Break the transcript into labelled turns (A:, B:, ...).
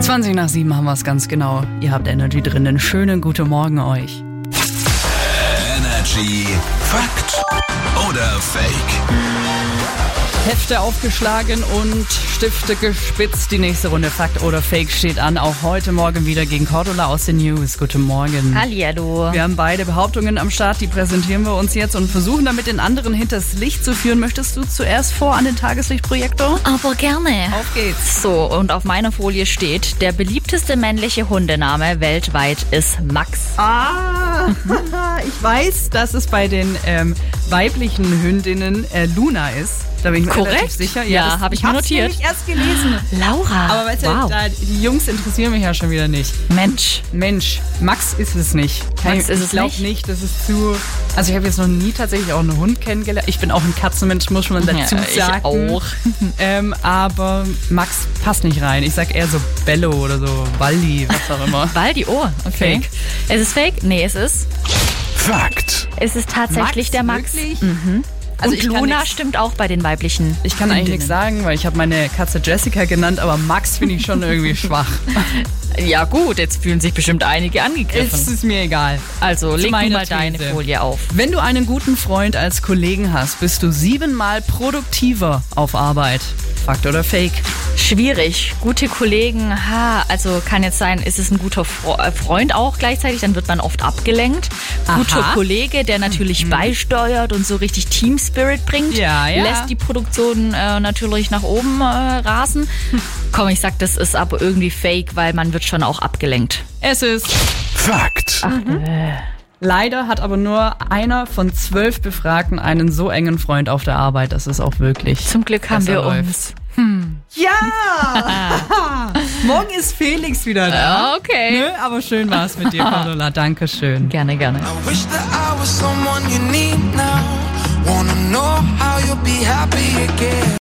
A: 20 nach 7 haben wir es ganz genau. Ihr habt Energy drin. Einen schönen guten Morgen euch.
B: Energy Fakt oder Fake?
A: Hefte aufgeschlagen und Stifte gespitzt. Die nächste Runde Fakt oder Fake steht an. Auch heute Morgen wieder gegen Cordula aus den News. Guten Morgen.
C: Hallihallo.
A: Wir haben beide Behauptungen am Start, die präsentieren wir uns jetzt und versuchen damit den anderen hinters Licht zu führen. Möchtest du zuerst vor an den Tageslichtprojektor?
C: Aber gerne.
A: Auf geht's.
C: So, und auf meiner Folie steht, der beliebteste männliche Hundename weltweit ist Max.
A: Ah, ich weiß, dass es bei den ähm, weiblichen Hündinnen äh, Luna ist. Da bin ich mir
C: Korrekt.
A: relativ sicher.
C: Ja,
A: das-
C: hab ich mir
A: hab's
C: notiert.
A: nämlich erst gelesen.
C: Laura.
A: Aber weißt du,
C: wow.
A: da, die Jungs interessieren mich ja schon wieder nicht.
C: Mensch.
A: Mensch, Max ist es nicht.
C: Max
A: ich
C: ist es
A: glaub
C: nicht?
A: nicht, das ist zu. Also ich habe jetzt noch nie tatsächlich auch einen Hund kennengelernt. Ich bin auch ein Katzenmensch, muss man dazu
C: Ja, ich
A: sagen.
C: auch.
A: Ähm, aber Max passt nicht rein. Ich sag eher so Bello oder so Waldi, was auch immer.
C: Baldi, oh, okay.
A: Fake.
C: Ist es fake? Nee, es ist.
B: Fakt.
C: Es ist tatsächlich der Max.
A: Wirklich?
C: Also
A: Also
C: und
A: ich kann
C: Luna
A: nix-
C: stimmt auch bei den weiblichen.
A: Ich kann eigentlich nichts
C: Hündinnen.
A: sagen, weil ich habe meine Katze Jessica genannt, aber Max finde ich schon irgendwie schwach.
C: Ja gut, jetzt fühlen sich bestimmt einige angegriffen.
A: Es ist mir egal.
C: also leg du
A: meiner
C: mal deine
A: These.
C: Folie auf.
A: Wenn du einen guten Freund als Kollegen hast, bist du siebenmal produktiver auf Arbeit. Fakt oder Fake?
C: Schwierig. Gute Kollegen, ha, also kann jetzt sein, ist es ein guter Fro äh, Freund auch gleichzeitig, dann wird man oft abgelenkt. Guter
A: Aha.
C: Kollege, der natürlich beisteuert und so richtig Team Spirit bringt,
A: Ja, ja.
C: lässt die Produktion äh, natürlich nach oben äh, rasen. Komm, ich sag, das ist aber irgendwie fake, weil man wird schon auch abgelenkt.
A: Es ist.
B: Fakt.
A: Leider hat aber nur einer von zwölf Befragten einen so engen Freund auf der Arbeit. Das ist auch wirklich.
C: Zum Glück haben
A: Besser
C: wir
A: läuft's.
C: uns. Hm.
A: Ja! Morgen ist Felix wieder
C: Ah, Okay.
A: Nö, aber schön war es mit dir, Carola. Dankeschön.
C: Gerne, gerne.
D: I wish that I was someone you need now. Wanna know how you'll be happy again.